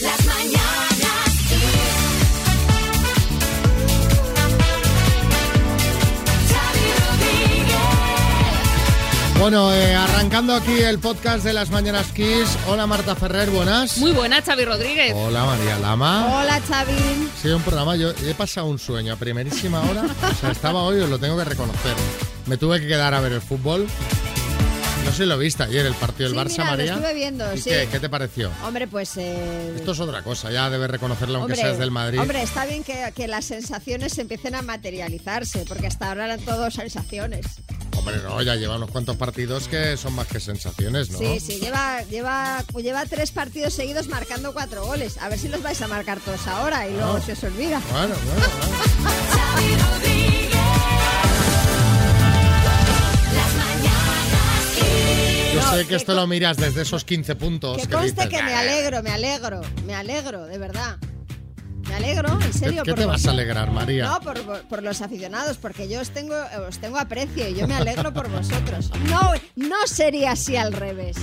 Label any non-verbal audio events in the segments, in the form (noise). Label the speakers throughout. Speaker 1: Las mañanas Kiss. Xavi Rodríguez.
Speaker 2: Bueno, eh, arrancando aquí el podcast de las Mañanas Kiss. Hola Marta Ferrer, buenas.
Speaker 3: Muy buena, Xavi Rodríguez.
Speaker 2: Hola María Lama.
Speaker 4: Hola Xavi.
Speaker 2: Sí, un programa, yo he pasado un sueño a primerísima hora. O sea, estaba hoy, os lo tengo que reconocer. Me tuve que quedar a ver el fútbol. No sé si lo viste ayer, el partido del
Speaker 4: Sí,
Speaker 2: Barça,
Speaker 4: mira, lo
Speaker 2: María.
Speaker 4: estuve viendo,
Speaker 2: ¿Y
Speaker 4: sí.
Speaker 2: qué, qué te pareció?
Speaker 4: Hombre, pues... eh,
Speaker 2: Esto es otra cosa, ya debes reconocerlo aunque
Speaker 4: hombre,
Speaker 2: seas del Madrid.
Speaker 4: hombre, está bien que, que las sensaciones empiecen a materializarse, porque hasta ahora eran todo sensaciones.
Speaker 2: Hombre, no, ya lleva unos cuantos partidos que son más que sensaciones, Pues ¿no?
Speaker 4: Sí, sí, lleva, lleva, lleva tres partidos seguidos marcando cuatro goles. A ver si los vais a marcar todos ahora y luego
Speaker 2: No.
Speaker 4: se os olvida.
Speaker 2: Bueno, bueno, bueno.
Speaker 1: Xavi Rodríguez. Las mañanas Kiss.
Speaker 2: Yo
Speaker 4: No,
Speaker 2: sé que
Speaker 4: que
Speaker 2: esto lo miras desde esos 15 puntos.
Speaker 4: Que
Speaker 2: que
Speaker 4: conste
Speaker 2: dices,
Speaker 4: que me
Speaker 2: "Ah,
Speaker 4: alegro, me alegro, me alegro, de verdad. Me alegro, en
Speaker 2: ¿Qué,
Speaker 4: serio.
Speaker 2: qué
Speaker 4: por
Speaker 2: te vas a
Speaker 4: vosotros.
Speaker 2: alegrar, María?
Speaker 4: No, por, por- por los aficionados, porque yo os tengo, os tengo aprecio y yo me alegro por vosotros. No, no sería así al revés.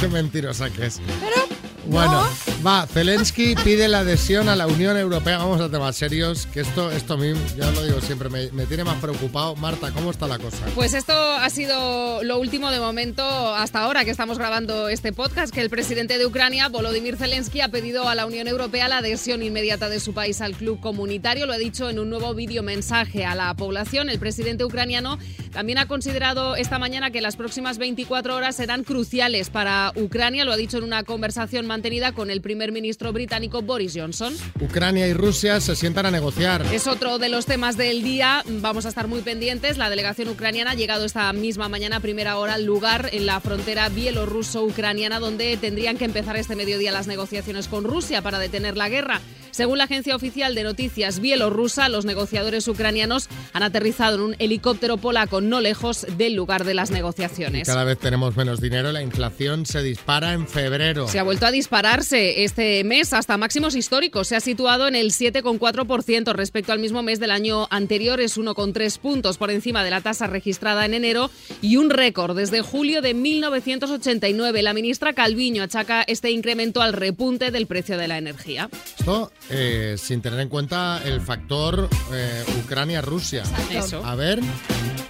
Speaker 2: Qué mentirosa que es.
Speaker 4: Pero
Speaker 2: Bueno, va, Zelensky pide la adhesión a la Unión Europea. Vamos a temas serios, que esto, esto a mí, ya lo digo siempre, me, me tiene más preocupado. Marta, ¿cómo está la cosa?
Speaker 3: Pues esto ha sido lo último de momento hasta ahora que estamos grabando este podcast, que el presidente de Ucrania, Volodymyr Zelensky, ha pedido a la Unión Europea la adhesión inmediata de su país al club comunitario. Lo ha dicho en un nuevo video mensaje a la población. El presidente ucraniano también ha considerado esta mañana que las próximas 24 horas serán cruciales para Ucrania. Lo ha dicho en una conversación mantenida con el primer ministro británico Boris Johnson.
Speaker 2: Ucrania y Rusia se sientan a negociar.
Speaker 3: Es otro de los temas del día. Vamos a estar muy pendientes. La delegación ucraniana ha llegado esta misma mañana a primera hora al lugar en la frontera bielorruso-ucraniana donde tendrían que empezar este mediodía las negociaciones con Rusia para detener la guerra. Según la agencia oficial de noticias bielorrusa, los negociadores ucranianos han aterrizado en un helicóptero polaco no lejos del lugar de las
Speaker 2: Y
Speaker 3: negociaciones.
Speaker 2: cada vez tenemos menos dinero, la inflación se dispara en febrero.
Speaker 3: Se ha vuelto a dispararse este mes hasta máximos históricos. Se ha situado en el 7,4% respecto al mismo mes del año anterior. Es 1,3 puntos por encima de la tasa registrada en enero y un récord desde julio de 1989. La ministra Calviño achaca este incremento al repunte del precio de la energía.
Speaker 2: Esto eh, sin tener en cuenta el factor eh, Ucrania-Rusia.
Speaker 3: Eso.
Speaker 2: A ver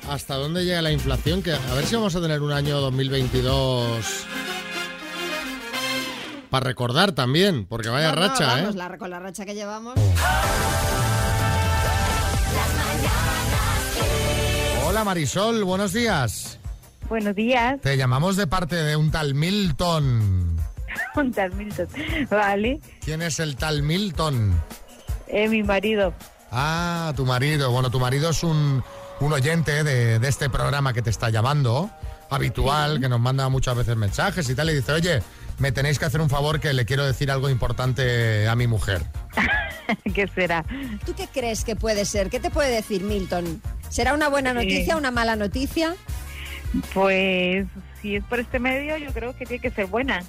Speaker 2: hasta dónde llega la inflación, que a ver si vamos a tener un año 2022 para recordar también, porque vaya
Speaker 4: no, no,
Speaker 2: racha,
Speaker 4: vamos,
Speaker 2: ¿eh?
Speaker 4: la- con la racha que llevamos.
Speaker 2: Hola Marisol, buenos días.
Speaker 5: Buenos días,
Speaker 2: Te llamamos de parte de un tal Milton.
Speaker 5: (laughs) un tal Milton. Vale,
Speaker 2: ¿Quién es el tal Milton?
Speaker 5: eh, mi marido.
Speaker 2: Ah, tu marido. Bueno, tu marido es un, un oyente de, de este programa que te está llamando, habitual, que nos manda muchas veces mensajes y tal, y dice, oye, me tenéis que hacer un favor que le quiero decir algo importante a mi mujer.
Speaker 5: (laughs) ¿Qué será?
Speaker 4: ¿Tú qué crees que puede ser? ¿Qué te puede decir Milton? ¿Será una buena noticia, una mala noticia?
Speaker 5: Pues si es por este medio, yo creo que tiene que ser buena.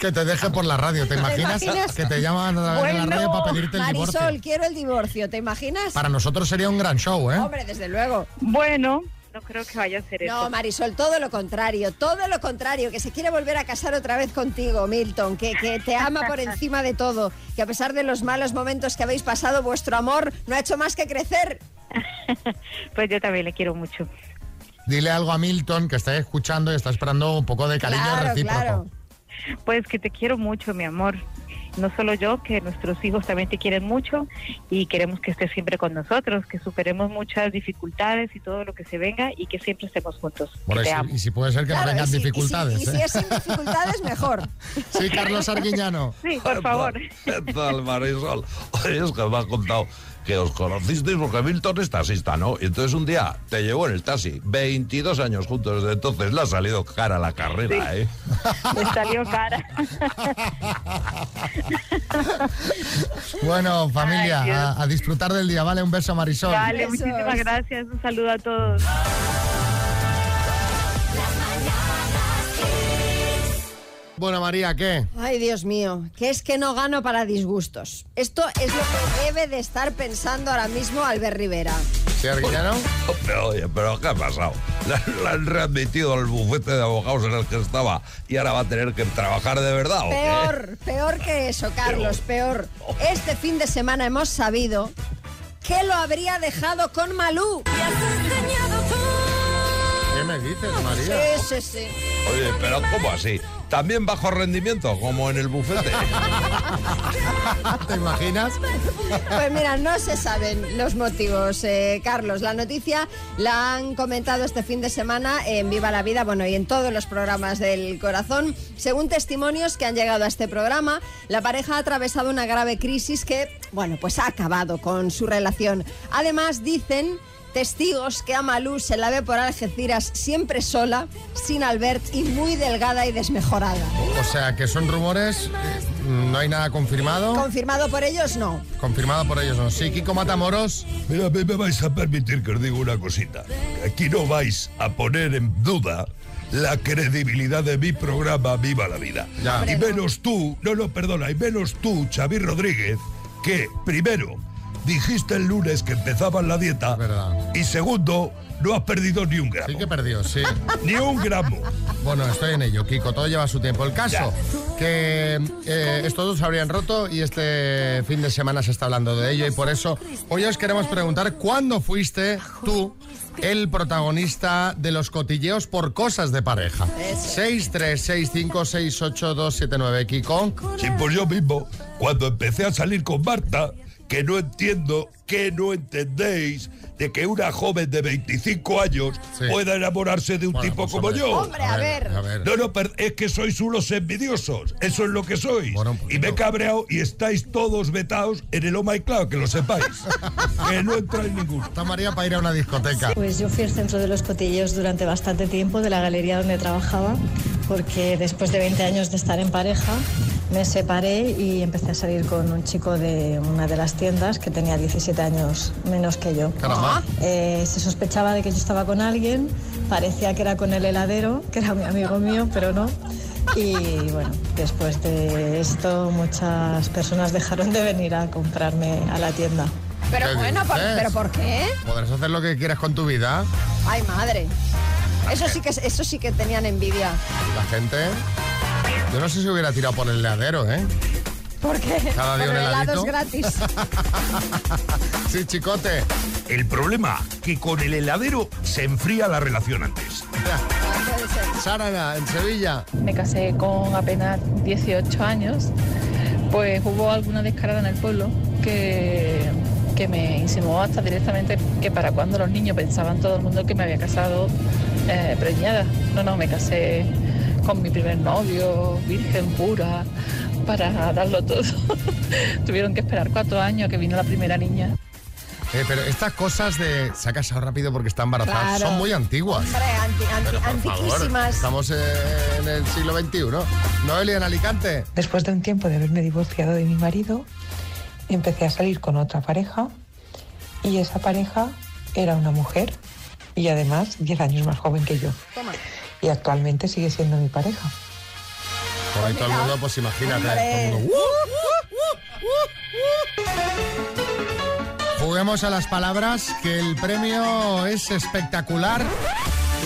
Speaker 2: Que te
Speaker 5: Ah.
Speaker 2: deje por la
Speaker 5: (laughs)
Speaker 2: radio, ¿te imaginas?
Speaker 4: imaginas?
Speaker 2: Que te llaman a través de la
Speaker 5: Bueno,
Speaker 2: radio para pedirte el
Speaker 4: Marisol,
Speaker 2: divorcio.
Speaker 4: quiero el divorcio, ¿te imaginas?
Speaker 2: Para nosotros sería un gran show, ¿eh?
Speaker 4: Hombre, desde luego.
Speaker 5: Bueno, no creo que vaya a ser
Speaker 4: No,
Speaker 5: eso.
Speaker 4: Marisol, todo lo contrario, todo lo contrario, que se quiere volver a casar otra vez contigo, Milton, que, que te ama
Speaker 5: (laughs)
Speaker 4: por encima de todo, que a pesar de los malos momentos que habéis pasado, vuestro amor no ha hecho más que crecer.
Speaker 5: Pues yo también le quiero mucho.
Speaker 2: Dile algo a Milton que está escuchando y está esperando un poco de cariño
Speaker 4: claro,
Speaker 2: recíproco.
Speaker 4: claro.
Speaker 5: Pues que te quiero mucho, mi amor. No solo yo, que nuestros hijos también te quieren mucho y queremos que estés siempre con nosotros, que superemos muchas dificultades y todo lo que se venga y que siempre estemos juntos.
Speaker 2: Bueno,
Speaker 5: Que
Speaker 2: y
Speaker 5: te
Speaker 2: si-
Speaker 5: amo.
Speaker 2: y si puede ser que
Speaker 4: Claro,
Speaker 2: no
Speaker 4: y
Speaker 2: tengan
Speaker 4: si- y si-
Speaker 2: dificultades.
Speaker 4: Y si,
Speaker 2: ¿eh?
Speaker 4: es (laughs) sin dificultades, mejor.
Speaker 2: Sí, Carlos Arguiñano.
Speaker 5: Sí, por
Speaker 2: (laughs)
Speaker 5: favor.
Speaker 6: ¿Qué tal, Marisol? Oye, es que me ha contado que os conocisteis porque Milton es taxista, ¿no? Y entonces un día te llevó en el taxi. 22 años juntos desde entonces. Le ha salido cara la carrera, ¿eh?
Speaker 5: Me salió cara.
Speaker 2: (laughs) Bueno, familia,
Speaker 5: Ay, Dios.
Speaker 2: a, a disfrutar del día, ¿vale? Un beso, Marisol.
Speaker 5: Vale,
Speaker 4: Besos.
Speaker 5: muchísimas gracias. Un saludo a todos.
Speaker 2: Bueno, María, ¿qué?
Speaker 4: Ay, Dios mío, que es que no gano para disgustos. Esto es lo que debe de estar pensando ahora mismo Albert Rivera.
Speaker 2: ¿Sí, Arguiñano?
Speaker 6: Pero, oye, pero ¿qué ha pasado? La, la han readmitido al bufete de abogados en el que estaba y ahora va a tener que trabajar de verdad. ¿o qué? Oh.
Speaker 4: Peor, peor que eso, Carlos, peor. Este fin de semana hemos sabido que lo habría dejado con Malú.
Speaker 2: ¿Qué me dices,
Speaker 4: Sí,
Speaker 2: María?
Speaker 4: sí, sí.
Speaker 6: Oye, pero ¿cómo así? También bajo rendimiento, como en el bufete.
Speaker 2: (laughs) ¿Te imaginas?
Speaker 4: Pues mira, no se saben los motivos, eh, Carlos. La noticia la han comentado este fin de semana en Viva la Vida, bueno, y en todos los programas del corazón. Según testimonios que han llegado a este programa, la pareja ha atravesado una grave crisis que, bueno, pues ha acabado con su relación. Además, dicen... Testigos que a Malú se la ve por Algeciras siempre sola, sin Albert y muy delgada y desmejorada.
Speaker 2: O sea, que son rumores, eh, no hay nada confirmado.
Speaker 4: Confirmado por ellos, no.
Speaker 2: Confirmado por ellos, no. Sí, Kiko Matamoros.
Speaker 6: Mira, a mí me vais a permitir que os diga una cosita. Aquí no vais a poner en duda la credibilidad de mi programa Viva la Vida.
Speaker 2: Ya.
Speaker 6: Y menos tú, no, no, perdona, y menos tú, Xavi Rodríguez, que primero dijiste el lunes que empezaban la dieta
Speaker 2: Es verdad.
Speaker 6: y segundo, no has perdido ni un gramo.
Speaker 2: Sí que perdió, sí.
Speaker 6: Ni un gramo.
Speaker 2: Bueno, estoy en ello, Kiko. Todo lleva su tiempo. El caso, que eh, estos dos se habrían roto y este fin de semana se está hablando de ello. Y por eso hoy os queremos preguntar cuándo fuiste tú el protagonista de los cotilleos por cosas de pareja. 636568279, Kiko.
Speaker 6: Sí, pues yo mismo, cuando empecé a salir con Marta, que no entiendo, que no entendéis de que una joven de 25 años
Speaker 2: Sí.
Speaker 6: pueda enamorarse de un
Speaker 2: Bueno,
Speaker 6: tipo
Speaker 2: pues,
Speaker 6: como
Speaker 2: hombre.
Speaker 6: yo.
Speaker 4: Hombre, a ver.
Speaker 2: A ver.
Speaker 6: No, no, per- es que sois unos envidiosos. Eso es lo que sois.
Speaker 2: Bueno, un poquito.
Speaker 6: y me he cabreado y estáis todos vetados en el Oh My Cloud, que lo sepáis.
Speaker 2: (laughs)
Speaker 6: que no entráis ninguno.
Speaker 2: Está María para ir a una discoteca.
Speaker 7: Pues yo fui al centro de los cotilleos durante bastante tiempo de la galería donde trabajaba, porque después de 20 años de estar en pareja me separé y empecé a salir con un chico de una de las tiendas que tenía 17 años menos que yo.
Speaker 2: Caramba.
Speaker 7: Eh, se sospechaba de que yo estaba con alguien, parecía que era con el heladero, que era mi amigo mío, pero no. Y bueno, después de esto muchas personas dejaron de venir a comprarme a la tienda.
Speaker 2: ¿Qué
Speaker 4: Pero bueno, por-
Speaker 2: dices?
Speaker 4: ¿pero por qué?
Speaker 2: Podrás hacer lo que quieras con tu vida.
Speaker 4: Ay, madre. Eso sí que eso sí que tenían envidia.
Speaker 2: La gente. Yo no sé si hubiera tirado por el heladero, ¿eh?
Speaker 4: Porque
Speaker 2: Cada día
Speaker 4: con
Speaker 2: un heladito.
Speaker 4: helados gratis.
Speaker 2: (laughs) Sí, chicote.
Speaker 6: El problema, que con el heladero se enfría la relación antes.
Speaker 4: Puede ser.
Speaker 2: Sárana, en Sevilla.
Speaker 8: me casé con apenas 18 años, pues hubo alguna descarada en el pueblo que, que me insinuó hasta directamente que para cuando los niños pensaban todo el mundo que me había casado eh, preñada. No, no, me casé con mi primer novio, virgen pura, para darlo todo. (laughs) Tuvieron que esperar cuatro años a que vino la primera niña.
Speaker 2: Eh, pero estas cosas de se ha casado rápido porque está embarazada
Speaker 4: Claro.
Speaker 2: son muy antiguas.
Speaker 4: Hombre, anti- anti-
Speaker 2: Pero, por favor,
Speaker 4: antiquísimas.
Speaker 2: estamos eh, en el siglo XXI. Noelia en Alicante.
Speaker 9: Después de un tiempo de haberme divorciado de mi marido, empecé a salir con otra pareja y esa pareja era una mujer y además 10 años más joven que yo.
Speaker 4: Toma.
Speaker 9: Y actualmente sigue siendo mi pareja.
Speaker 2: Por ahí todo el mundo, pues imagínate. todo el mundo, "Uh". Juguemos a las palabras, que el premio es espectacular.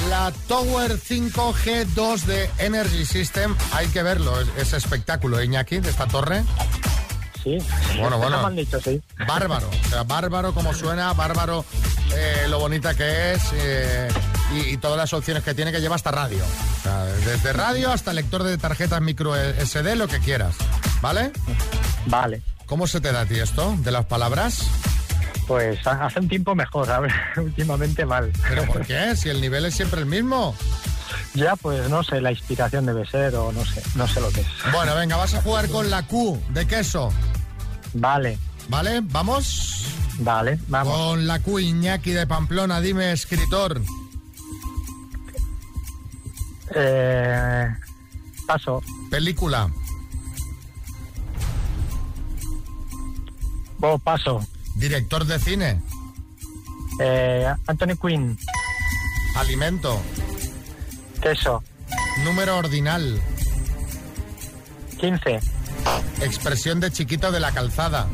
Speaker 2: La Tower 5G2 de Energy System, hay que verlo, es, es espectáculo, ¿eh, Iñaki, de esta torre.
Speaker 10: Sí.
Speaker 2: Bueno, bueno.
Speaker 10: Me han dicho, sí.
Speaker 2: Bárbaro, o sea, bárbaro como suena, bárbaro eh, lo bonita que es eh, y, y todas las opciones que tiene que lleva hasta radio. O sea, desde radio hasta lector de tarjetas micro SD, lo que quieras, ¿vale?
Speaker 10: Vale.
Speaker 2: ¿Cómo se te da a ti esto de las palabras?
Speaker 10: Pues ha- hace un tiempo mejor, (laughs) a ver, últimamente mal.
Speaker 2: ¿Pero por qué? Si el nivel es siempre el mismo.
Speaker 10: Ya, pues no sé, la inspiración debe ser o no sé, no sé lo que es.
Speaker 2: Bueno, venga, vas a jugar con la Q de queso,
Speaker 10: Vale,
Speaker 2: ¿vale? Vamos.
Speaker 10: vale, vamos.
Speaker 2: Con la Q Iñaki de Pamplona, dime, escritor.
Speaker 10: Eh, paso.
Speaker 2: Película.
Speaker 10: Oh, paso.
Speaker 2: Director de cine.
Speaker 10: Eh, Anthony Quinn,
Speaker 2: Alimento.
Speaker 10: queso.
Speaker 2: Número ordinal.
Speaker 10: 15.
Speaker 2: Expresión de chiquito de la calzada.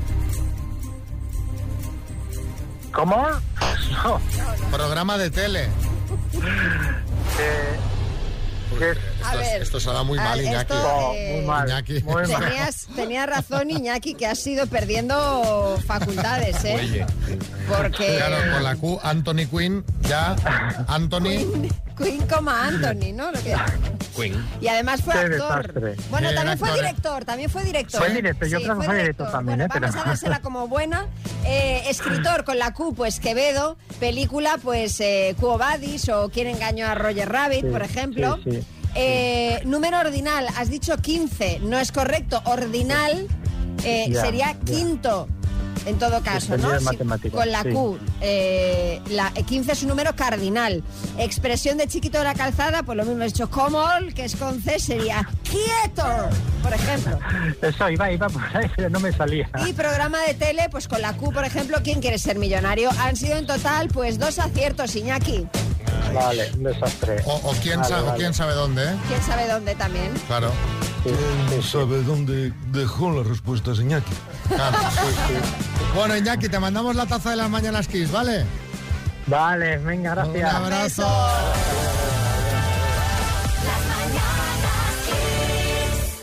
Speaker 10: ¿Cómo? No,
Speaker 2: (laughs) Programa de tele.
Speaker 10: eh, que es-
Speaker 4: A
Speaker 2: Esto, es-
Speaker 4: ver.
Speaker 2: esto se ha dado muy
Speaker 4: Ah,
Speaker 2: mal, Iñaki.
Speaker 4: esto,
Speaker 10: no,
Speaker 4: eh,
Speaker 10: muy mal.
Speaker 2: Iñaki.
Speaker 10: Muy mal.
Speaker 4: Tenías, tenías razón, Iñaki, que has ido perdiendo facultades, ¿eh?
Speaker 6: Oye,
Speaker 4: Porque
Speaker 2: Claro, con la Q, Anthony Quinn, ya. Anthony.
Speaker 4: Queen, Queen coma Anthony, ¿no? Lo que-
Speaker 6: Queen.
Speaker 4: y además fue
Speaker 10: Qué
Speaker 4: actor.
Speaker 10: desastre.
Speaker 4: Bueno,
Speaker 2: Era
Speaker 4: también fue
Speaker 2: actor, ¿eh?
Speaker 4: director, también fue director.
Speaker 10: Fue director, yo creo que fue director también,
Speaker 4: Bueno,
Speaker 10: ¿eh?
Speaker 4: vamos
Speaker 10: Pero-
Speaker 4: a dársela como buena. Eh, escritor con la Q, pues Quevedo. Película, pues eh, Cuo Vadis o Quién engañó a Roger Rabbit,
Speaker 10: Sí,
Speaker 4: por ejemplo.
Speaker 10: sí, sí.
Speaker 4: Eh, número ordinal, has dicho 15, no es correcto. Ordinal eh,
Speaker 10: Ya,
Speaker 4: sería
Speaker 10: ya.
Speaker 4: quinto. En todo caso,
Speaker 10: Sería
Speaker 4: ¿no?
Speaker 10: de matemáticas,
Speaker 4: con la
Speaker 10: sí.
Speaker 4: Q. Eh, la 15 es un número cardinal. Expresión de chiquito de la calzada, pues lo mismo he dicho comol, que es con C, sería quieto, por ejemplo.
Speaker 10: Eso iba, iba por ahí, pero no me salía.
Speaker 4: Y programa de tele, pues con la Q, por ejemplo, ¿quién quiere ser millonario? Han sido en total, pues dos aciertos, Iñaki.
Speaker 10: Vale, un desastre.
Speaker 2: O, o quién
Speaker 10: Vale,
Speaker 2: sabe, o
Speaker 10: vale.
Speaker 2: quién sabe dónde, ¿eh?
Speaker 4: ¿Quién sabe dónde también?
Speaker 2: Claro.
Speaker 10: Sí, sí,
Speaker 6: No
Speaker 10: sí,
Speaker 6: sabe dónde dejó la respuesta Iñaki.
Speaker 2: claro.
Speaker 10: Ah, sí.
Speaker 2: Bueno, Iñaki, te mandamos la taza de las mañanas Kiss, ¿vale?
Speaker 10: Vale, venga,
Speaker 2: Un
Speaker 10: gracias.
Speaker 2: abrazo.
Speaker 1: Las mañanas Kiss.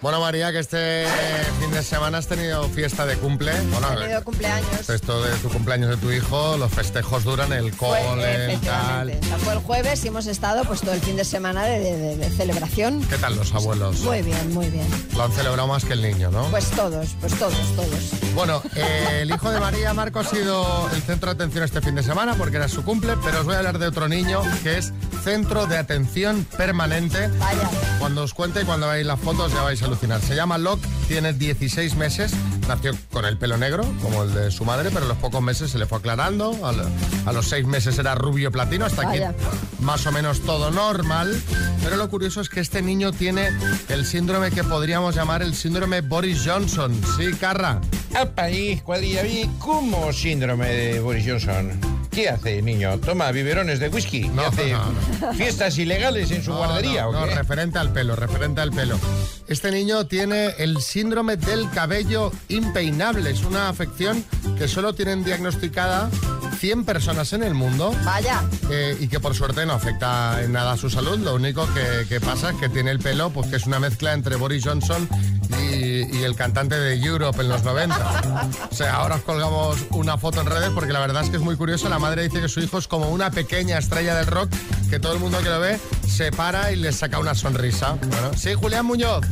Speaker 2: Bueno, María, que este eh, fin de semana has tenido fiesta de cumple. Bueno,
Speaker 4: Ha tenido (laughs) cumpleaños.
Speaker 2: esto de tu cumpleaños de tu hijo, los festejos duran, el
Speaker 4: Fue-
Speaker 2: cole, el tal.
Speaker 4: Pues, efectivamente. O sea, Fue el jueves y hemos estado pues todo el fin de semana de, de- de- de celebración.
Speaker 2: ¿Qué tal los abuelos?
Speaker 4: Muy bien, muy bien.
Speaker 2: Lo han celebrado más que el niño, ¿no?
Speaker 4: Pues todos, pues todos, todos.
Speaker 2: Bueno, eh, el hijo de María Marco ha sido el centro de atención este fin de semana porque era su cumple, pero os voy a hablar de otro niño que es centro de atención permanente.
Speaker 4: Vaya.
Speaker 2: Cuando os cuente y cuando veáis las fotos ya vais a alucinar. Se llama Locke, tiene 16 meses, nació con el pelo negro, como el de su madre, pero a los pocos meses se le fue aclarando. A, lo- a los seis meses era rubio platino, hasta aquí
Speaker 4: Vaya.
Speaker 2: más o menos todo normal. Pero lo curioso es que este niño tiene el síndrome que podríamos llamar el síndrome Boris Johnson. Sí, Carra.
Speaker 11: país, cuadrilla vi, como síndrome de Boris Johnson. ¿Qué hace, niño? ¿Toma biberones de whisky? ¿Y
Speaker 2: No,
Speaker 11: hace
Speaker 2: no,
Speaker 11: fiestas ilegales en su
Speaker 2: No,
Speaker 11: guardería
Speaker 2: no,
Speaker 11: o qué?
Speaker 2: no, referente al pelo, referente al pelo. Este niño tiene el síndrome del cabello impeinable. Es una afección que solo tienen diagnosticada 100 personas en el mundo.
Speaker 4: Vaya.
Speaker 2: eh, y que por suerte no afecta en nada a su salud. Lo único que, que pasa es que tiene el pelo, pues que es una mezcla entre Boris Johnson y, y el cantante de Europe en los 90. O sea, ahora os colgamos una foto en redes porque la verdad es que es muy curioso. La madre dice que su hijo es como una pequeña estrella del rock que todo el mundo que lo ve se para y le saca una sonrisa. Bueno, sí, Julián Muñoz.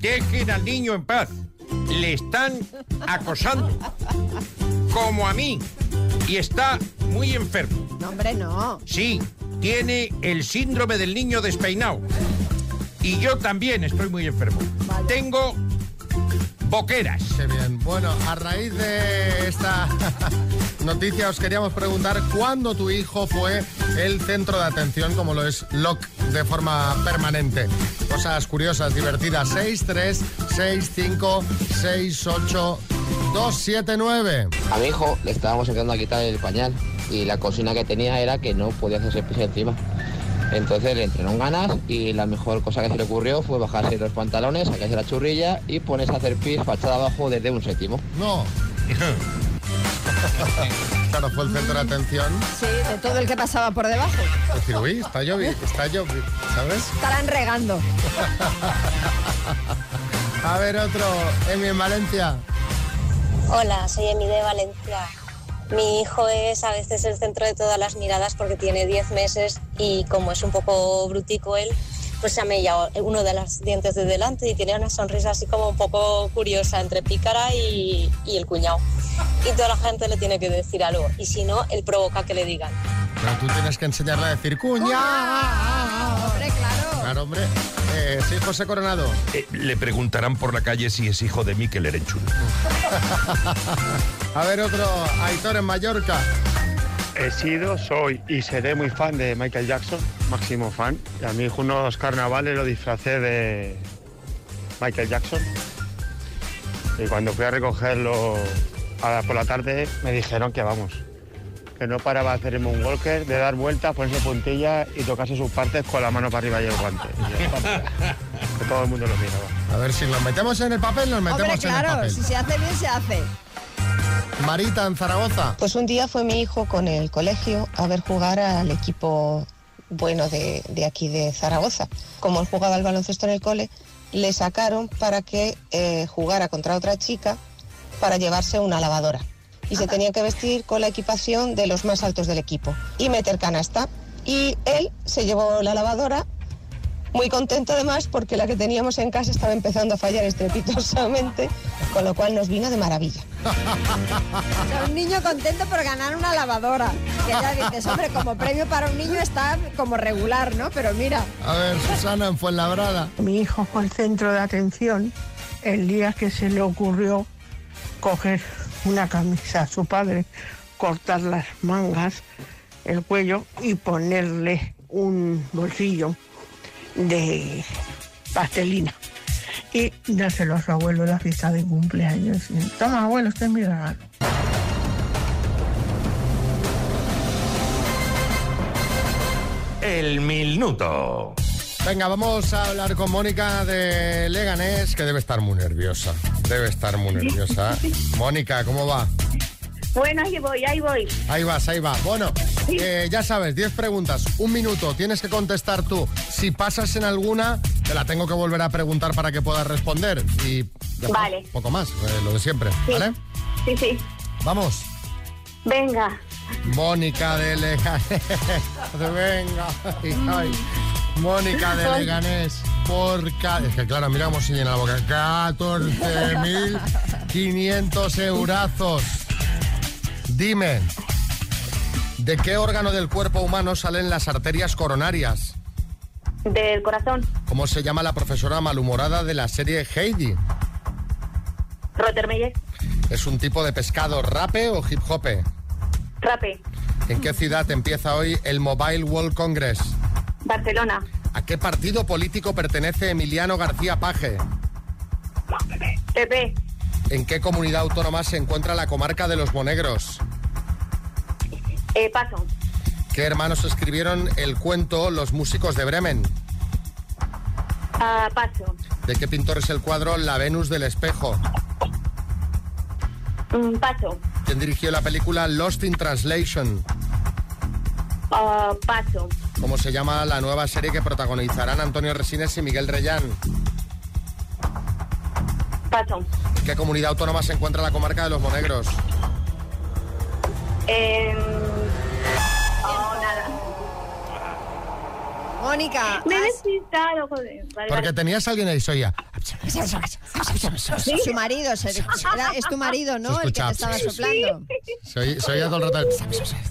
Speaker 11: Dejen al niño en paz. Le están acosando. Como a mí. Y está muy enfermo.
Speaker 4: No, hombre, no.
Speaker 11: Sí, tiene el síndrome del niño despeinado. Y yo también estoy muy enfermo.
Speaker 4: Vale.
Speaker 11: Tengo boqueras.
Speaker 2: Qué bien. Bueno, a raíz de esta (laughs) noticia os queríamos preguntar cuándo tu hijo fue el centro de atención, como lo es LOC, de forma permanente. Cosas curiosas, divertidas. 6, 3, 6, 5, 6, 8, 2, 7, 9.
Speaker 12: A mi hijo le estábamos intentando quitar el pañal y la cocina que tenía era que no podía hacerse pis encima. Entonces le entraron ganas y la mejor cosa que se le ocurrió fue bajarse los pantalones, sacarse la churrilla y ponerse a hacer pis fachada abajo desde un séptimo.
Speaker 2: No. (laughs) Claro, fue el centro de atención.
Speaker 4: Sí, de todo el que pasaba por debajo.
Speaker 2: Es decir, uy, está lloviendo, está lloviendo, ¿sabes?
Speaker 4: Estarán regando.
Speaker 2: (laughs) A ver, otro. Emi en Valencia.
Speaker 13: Hola, soy Emi de Valencia. Mi hijo es a veces el centro de todas las miradas porque tiene 10 meses y como es un poco brutico él, pues se ha mellado uno de los dientes de delante y tiene una sonrisa así como un poco curiosa entre pícara y, y el cuñado. Y toda la gente le tiene que decir algo y si no, él provoca que le digan.
Speaker 2: Pero tú tienes que enseñarle a decir uh! cuña.
Speaker 4: Hombre, claro.
Speaker 2: Claro, hombre. Eh, sí, José Coronado.
Speaker 6: Eh, le preguntarán por la calle si es hijo de Miquel Erenchun.
Speaker 2: A ver, otro. Aitor en Mallorca.
Speaker 14: He sido, soy y seré muy fan de Michael Jackson, máximo fan. Y a mi hijo unos carnavales lo disfracé de Michael Jackson. Y cuando fui a recogerlo a la- por la tarde me dijeron que vamos, que no paraba de hacer el moonwalker, de dar vueltas, ponerse puntilla y tocarse sus partes con la mano para arriba y el guante. Y ya está. que todo el mundo lo miraba.
Speaker 2: A ver si nos metemos en el papel, nos metemos
Speaker 4: Hombre,
Speaker 2: en el
Speaker 4: claro.
Speaker 2: papel.
Speaker 4: Si se hace bien, se hace.
Speaker 2: Marita en Zaragoza.
Speaker 15: Pues un día fue mi hijo con el colegio a ver jugar al equipo bueno de, de aquí de Zaragoza. Como él jugaba al baloncesto en el cole, le sacaron para que eh, jugara contra otra chica para llevarse una lavadora. Y se tenía que vestir con la equipación de los más altos del equipo y meter canasta. Y él se llevó la lavadora muy contento además porque la que teníamos en casa estaba empezando a fallar estrepitosamente, con lo cual nos vino de maravilla.
Speaker 4: O sea, un niño contento por ganar una lavadora. Que ya dices, hombre, como premio para un niño está como regular, ¿no? Pero mira.
Speaker 2: A ver, Susana en Fuenlabrada.
Speaker 16: Mi hijo fue el centro de atención el día que se le ocurrió coger una camisa a su padre, cortar las mangas, el cuello y ponerle un bolsillo de pastelina y dárselo a su abuelo en la fiesta de cumpleaños. Y, Toma, abuelo, este es mi regalo.
Speaker 11: El minuto.
Speaker 2: Venga, vamos a hablar con Mónica de Leganés, que debe estar muy nerviosa. Debe estar muy nerviosa. Mónica, ¿cómo va?
Speaker 17: Bueno, ahí voy, ahí voy.
Speaker 2: Ahí vas, ahí va. Bueno, eh, ya sabes, 10 preguntas, un minuto, tienes que contestar tú. Si pasas en alguna, te la tengo que volver a preguntar para que puedas responder. Y ya está,
Speaker 17: Vale.
Speaker 2: poco más, eh, lo de siempre, ¿vale?
Speaker 17: Sí, sí.
Speaker 2: Vamos,
Speaker 17: Venga.
Speaker 2: Mónica de Leganés. (laughs) Venga, (laughs) ay, ay. Mónica de
Speaker 17: Ay.
Speaker 2: Leganés. Por ca- Es que claro, mira cómo se llena la boca. 14.500 eurazos. Dime, ¿de qué órgano del cuerpo humano salen las arterias coronarias?
Speaker 17: Del corazón,
Speaker 2: ¿Cómo se llama la profesora malhumorada de la serie Heidi?
Speaker 17: Rottermeyer,
Speaker 2: ¿Es un tipo de pescado rape o hip hope?
Speaker 17: Rape,
Speaker 2: ¿En qué ciudad empieza hoy el Mobile World Congress?
Speaker 17: Barcelona,
Speaker 2: ¿A qué partido político pertenece Emiliano García Paje?
Speaker 17: PP,
Speaker 2: ¿En qué comunidad autónoma se encuentra la comarca de los Monegros?
Speaker 17: eh, Paso,
Speaker 2: ¿Qué hermanos escribieron el cuento Los músicos de Bremen?
Speaker 17: ah, Paso,
Speaker 2: ¿De qué pintor es el cuadro La Venus del Espejo?
Speaker 17: mm, Paso,
Speaker 2: ¿Quién dirigió la película Lost in Translation?
Speaker 17: ah, Paso,
Speaker 2: ¿Cómo se llama la nueva serie que protagonizarán Antonio Resines y Miguel Reyán?
Speaker 17: Paso,
Speaker 2: ¿En qué comunidad autónoma se encuentra la comarca de los Monegros?
Speaker 17: eh, oh, nada.
Speaker 4: Mónica.
Speaker 17: Me he despistado, joder. Vale,
Speaker 2: Porque
Speaker 17: vale.
Speaker 2: tenías a alguien ahí, soy ya.
Speaker 4: Su marido, se- era- es tu marido, ¿no?
Speaker 2: Se
Speaker 4: El que te
Speaker 2: escucha.
Speaker 4: estaba
Speaker 2: Sí.
Speaker 4: soplando. Pues
Speaker 2: Soy, soy ya todo el rato.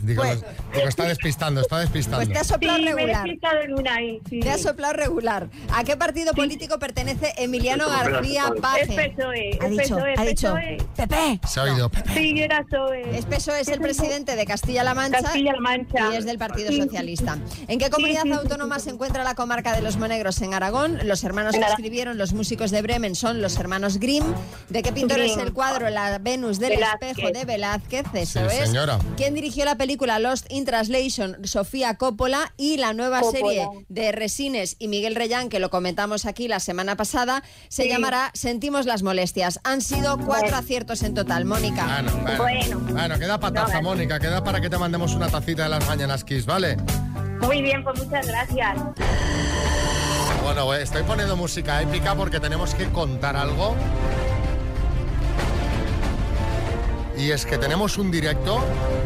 Speaker 2: Digo, digo, está despistando, está despistando.
Speaker 4: Pues te ha soplado
Speaker 17: Sí, me he
Speaker 4: regular.
Speaker 17: despistado en una ahí, sí.
Speaker 4: Te ha soplado regular. ¿A qué partido político pertenece Emiliano García
Speaker 17: Es
Speaker 4: Paje?
Speaker 17: PSOE,
Speaker 4: Ha
Speaker 17: E, es
Speaker 4: dicho,
Speaker 17: PSOE,
Speaker 4: ha
Speaker 17: es
Speaker 4: dicho.
Speaker 17: PSOE.
Speaker 4: Pepe.
Speaker 2: Se ha oído.
Speaker 17: Sí, era PSOE.
Speaker 4: Es PSOE, es el presidente de Castilla-La Mancha.
Speaker 17: Castilla-La Mancha.
Speaker 4: Y es del Partido
Speaker 17: Sí.
Speaker 4: Socialista. ¿En qué comunidad autónoma se encuentra la comarca de los Monegros? En Aragón. Los hermanos que
Speaker 17: En Ara-
Speaker 4: escribieron Los músicos de Bremen son los hermanos Grimm. ¿De qué pintor es
Speaker 17: Grimm.
Speaker 4: el cuadro La Venus del
Speaker 17: Velázquez.
Speaker 4: Espejo de Velázquez? Eso
Speaker 2: Sí,
Speaker 4: es.
Speaker 2: señora.
Speaker 4: ¿Quién dirigió la película Lost in Translation? Sofía Coppola y la nueva
Speaker 17: Coppola.
Speaker 4: serie de Resines y Miguel Reyán, que lo comentamos aquí la semana pasada, se
Speaker 17: Sí.
Speaker 4: llamará Sentimos las molestias. Han sido cuatro aciertos en total, Mónica.
Speaker 2: Bueno, bueno.
Speaker 17: Bueno.
Speaker 2: Ah, Bueno, queda para taza, Mónica, queda para que te mandemos una tacita de las mañanas Kiss, ¿vale?
Speaker 17: Muy bien, pues muchas gracias.
Speaker 2: Bueno, eh, estoy poniendo música épica porque tenemos que contar algo. Y es que tenemos un directo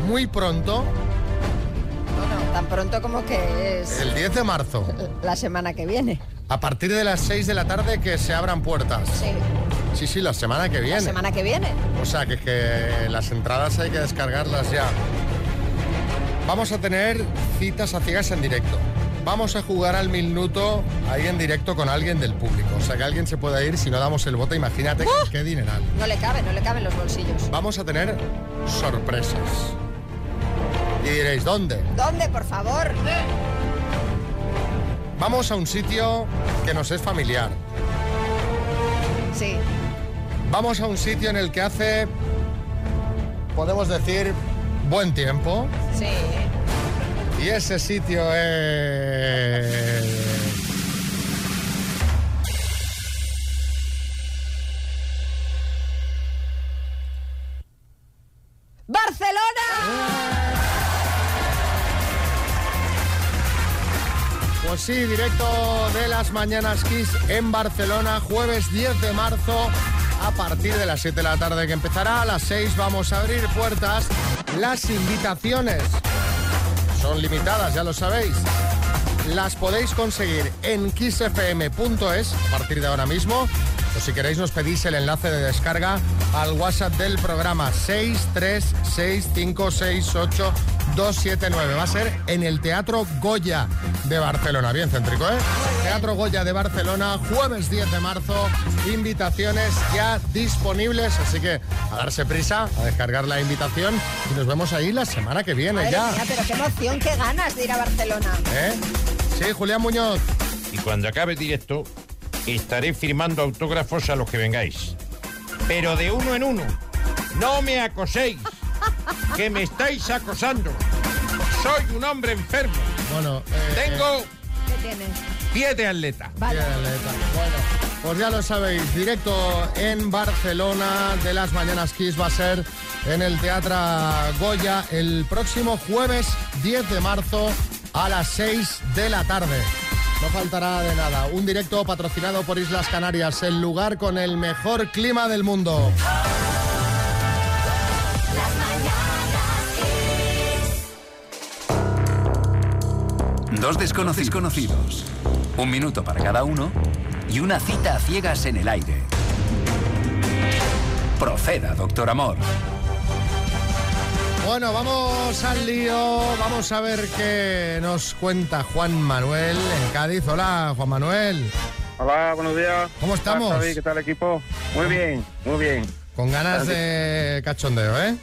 Speaker 2: muy pronto,
Speaker 4: Bueno, tan pronto como que es
Speaker 2: el 10 de marzo,
Speaker 4: la semana que viene.
Speaker 2: a partir de las 6 de la tarde que se abran puertas.
Speaker 4: Sí,
Speaker 2: Sí, sí, la semana que
Speaker 4: la
Speaker 2: viene.
Speaker 4: semana que viene.
Speaker 2: O sea, que, que las entradas hay que descargarlas ya. Vamos a tener citas a ciegas en directo. Vamos a jugar al minuto ahí en directo con alguien del público. O sea, que alguien se pueda ir si no damos el bote. Imagínate qué- qué dineral.
Speaker 4: No le cabe, no le caben los bolsillos.
Speaker 2: Vamos a tener sorpresas. Y diréis, ¿dónde?
Speaker 4: ¿Dónde, por favor?
Speaker 2: Vamos a un sitio que nos es familiar.
Speaker 4: Sí.
Speaker 2: Vamos a un sitio en el que hace, podemos decir, buen tiempo.
Speaker 4: Sí.
Speaker 2: Y ese sitio es...
Speaker 4: ¡Barcelona!
Speaker 2: Pues sí, directo de las mañanas Kiss en Barcelona, jueves 10 de marzo, a partir de las 7 de la tarde que empezará. A las 6 vamos a abrir puertas. Las invitaciones son limitadas, ya lo sabéis. Las podéis conseguir en kissfm.es a partir de ahora mismo. O si queréis nos pedís el enlace de descarga al WhatsApp del programa 636568279. Va a ser en el Teatro Goya de Barcelona. Bien, céntrico, ¿eh? Teatro Goya de Barcelona, jueves 10 de marzo. Invitaciones ya disponibles. Así que a darse prisa, a descargar la invitación. Y nos vemos ahí la semana que viene
Speaker 4: Madre
Speaker 2: ya.
Speaker 4: mía, pero qué emoción, qué ganas de ir a Barcelona.
Speaker 2: ¿Eh? Sí, Julián Muñoz.
Speaker 11: Y cuando acabe el directo, estaré firmando autógrafos a los que vengáis. Pero de uno en uno. No me acoséis, que me estáis acosando. Soy un hombre enfermo.
Speaker 2: Bueno, eh,
Speaker 11: tengo
Speaker 4: ¿Qué tienes?
Speaker 11: pie de atleta.
Speaker 2: Bien, Leta. Bueno, pues ya lo sabéis, directo en Barcelona de las Mañanas Kiss va a ser en el Teatro Goya el próximo jueves 10 de marzo a las 6 de la tarde. No faltará de nada. Un directo patrocinado por Islas Canarias, el lugar con el mejor clima del mundo.
Speaker 18: Dos desconocidos conocidos, un minuto para cada uno y una cita a ciegas en el aire. Proceda, doctor Amor.
Speaker 2: Bueno, vamos al lío. Vamos a ver qué nos cuenta Juan Manuel en Cádiz. Hola, Juan Manuel.
Speaker 19: Hola, buenos días.
Speaker 2: ¿Cómo estamos?
Speaker 19: Hola, Xavi, ¿Qué tal equipo? Muy bien, muy bien.
Speaker 2: Con ganas de cachondeo, ¿eh?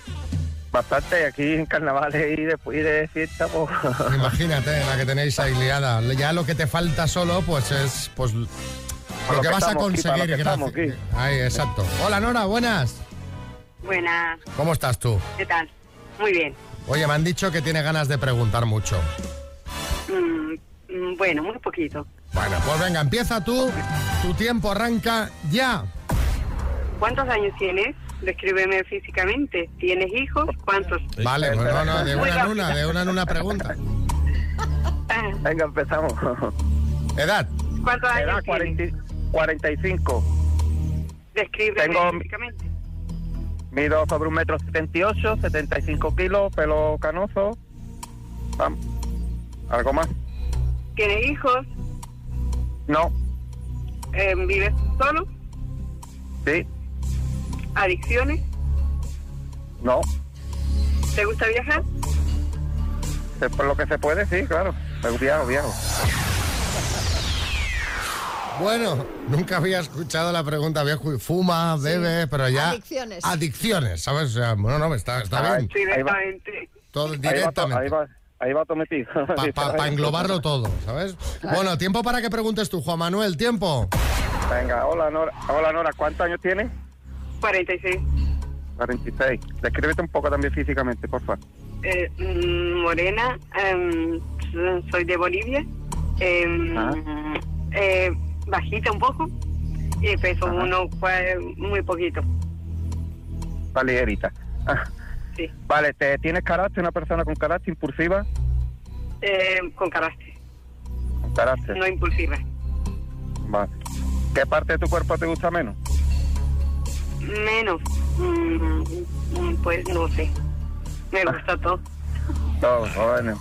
Speaker 19: Bastante aquí en carnavales y después de fiesta, pues...
Speaker 2: (laughs) Imagínate la que tenéis ahí liada. Ya lo que te falta solo, pues es pues lo que,
Speaker 19: lo que
Speaker 2: vas a
Speaker 19: estamos aquí, para
Speaker 2: conseguir.
Speaker 19: lo que estamos
Speaker 2: gracias. Ahí, exacto. Hola Nora, buenas.
Speaker 20: Buenas,
Speaker 2: ¿Cómo estás tú?
Speaker 20: ¿qué tal? Muy bien.
Speaker 2: Oye, me han dicho que tiene ganas de preguntar mucho.
Speaker 20: Mm, mm, bueno, muy poquito.
Speaker 2: Bueno, pues venga, empieza tú. Tu tiempo arranca ya.
Speaker 20: ¿Cuántos años tienes? Descríbeme físicamente. ¿Tienes hijos? ¿Cuántos?
Speaker 2: Vale, pues no, no, de
Speaker 20: Muy
Speaker 2: una en
Speaker 20: rápido.
Speaker 2: una, de una en una pregunta.
Speaker 19: Venga, empezamos.
Speaker 2: (laughs) ¿Edad?
Speaker 20: ¿Cuántos años tienes?
Speaker 19: 45.
Speaker 20: Descríbeme
Speaker 19: Tengo-
Speaker 20: físicamente.
Speaker 19: Mido sobre un metro 78, 75 kilos, pelo canoso. Vamos. ¿Algo más?
Speaker 20: ¿Tienes hijos?
Speaker 19: No,
Speaker 20: Eh, ¿Vives solo?
Speaker 19: sí,
Speaker 20: ¿Adicciones?
Speaker 19: no.
Speaker 20: ¿Te gusta viajar?
Speaker 19: Se- Por lo que se puede, sí, claro. Pero Viajo, viajo.
Speaker 2: Bueno, nunca había escuchado la pregunta. Había ju- fuma, bebe, pero ya.
Speaker 4: Adicciones.
Speaker 2: Adicciones, ¿sabes? O sea, bueno, no, está, está
Speaker 19: Ahí-
Speaker 2: bien.
Speaker 19: ahí va-
Speaker 2: Todo
Speaker 19: Ahí va, to-
Speaker 2: directamente.
Speaker 19: ahí va, ahí va todo metido.
Speaker 2: Para
Speaker 19: (laughs)
Speaker 2: englobarlo todo, ¿sabes? Bueno, tiempo para que preguntes tú, Juan Manuel, tiempo.
Speaker 19: Venga, hola Nora. Hola Nora, ¿cuántos años tienes?
Speaker 20: 46.
Speaker 19: 46. Descríbete un poco también físicamente, por favor.
Speaker 20: Eh, mm, morena. em, so- soy de Bolivia. Em, eh, bajita un poco. Y peso
Speaker 19: Ajá.
Speaker 20: uno cua- muy poquito.
Speaker 19: Validerita.
Speaker 20: Sí.
Speaker 19: Vale, ¿te tienes carácter, una persona con carácter impulsiva?
Speaker 20: Eh, con carácter,
Speaker 19: Con carácter.
Speaker 20: no impulsiva.
Speaker 19: Vale. ¿Qué parte de tu cuerpo te gusta menos?
Speaker 20: Menos. mm, mm, pues no sé. Me gusta todo.
Speaker 19: Todo, bueno.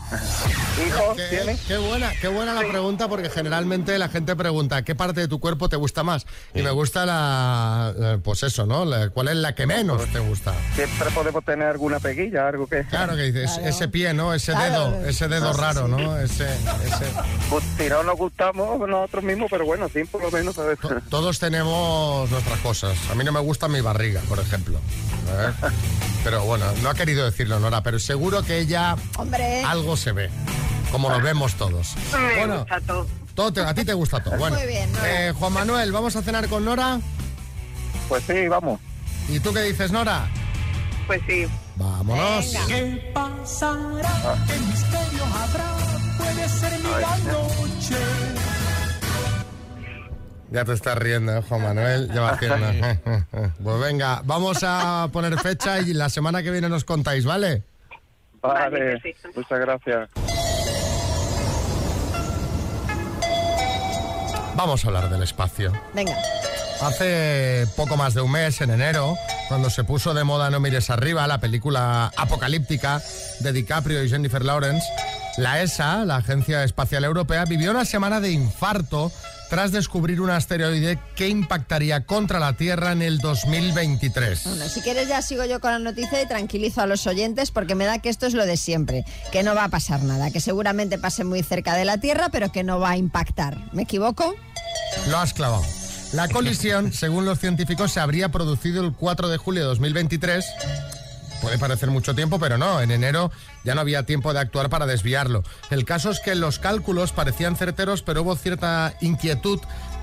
Speaker 19: ¿Hijos
Speaker 2: tienes? Qué buena, qué buena la pregunta, porque generalmente la gente pregunta qué parte de tu cuerpo te gusta más. Y me gusta la. eh, Pues eso, ¿no? La- ¿Cuál es la que menos te gusta?
Speaker 19: Siempre podemos tener alguna peguilla, algo que...
Speaker 2: Claro que dices, ese pie, ¿no? Ese dedo, ese dedo raro, ¿no? Ese, ese...
Speaker 19: Pues, si no nos gustamos nosotros mismos, pero bueno, sí, por lo menos, ¿sabes?
Speaker 2: Todos tenemos nuestras cosas. A mí no me gusta mi barriga, por ejemplo. ¿eh? Pero bueno, no ha querido decirlo, Nora, pero seguro que ella
Speaker 4: Hombre.
Speaker 2: algo se ve, como lo vemos todos.
Speaker 20: (laughs) Me
Speaker 2: Bueno,
Speaker 20: gusta todo.
Speaker 2: todo te- a ti te gusta todo. Bueno,
Speaker 20: Muy bien, Nora.
Speaker 2: eh, Juan Manuel, ¿vamos a cenar con Nora?
Speaker 19: Pues sí, vamos.
Speaker 2: ¿Y tú qué dices, Nora?
Speaker 20: Pues sí.
Speaker 2: Vámonos.
Speaker 1: ¿Qué
Speaker 19: Ah.
Speaker 1: pasará? ¿Qué misterio habrá? Puede ser mi gran noche.
Speaker 2: Ya te estás riendo, ¿eh, Juan Manuel. Ya va haciendo. (laughs) pues venga, vamos a poner fecha y la semana que viene nos contáis, ¿vale?
Speaker 14: Vale, muchas gracias.
Speaker 2: Vamos a hablar del espacio.
Speaker 4: Venga.
Speaker 2: Hace poco más de un mes, en enero, cuando se puso de moda No mires arriba, la película apocalíptica de DiCaprio y Jennifer Lawrence, la ESA, la Agencia Espacial Europea, vivió una semana de infarto tras descubrir un asteroide que impactaría contra la Tierra en el 2023.
Speaker 4: Bueno, si quieres ya sigo yo con la noticia y tranquilizo a los oyentes porque me da que esto es lo de siempre, que no va a pasar nada, que seguramente pase muy cerca de la Tierra, pero que no va a impactar. ¿Me equivoco?
Speaker 2: Lo has clavado. La colisión, según los científicos, se habría producido el 4 de julio de 2023. Puede parecer mucho tiempo, pero no, en enero ya no había tiempo de actuar para desviarlo. El caso es que los cálculos parecían certeros, pero hubo cierta inquietud,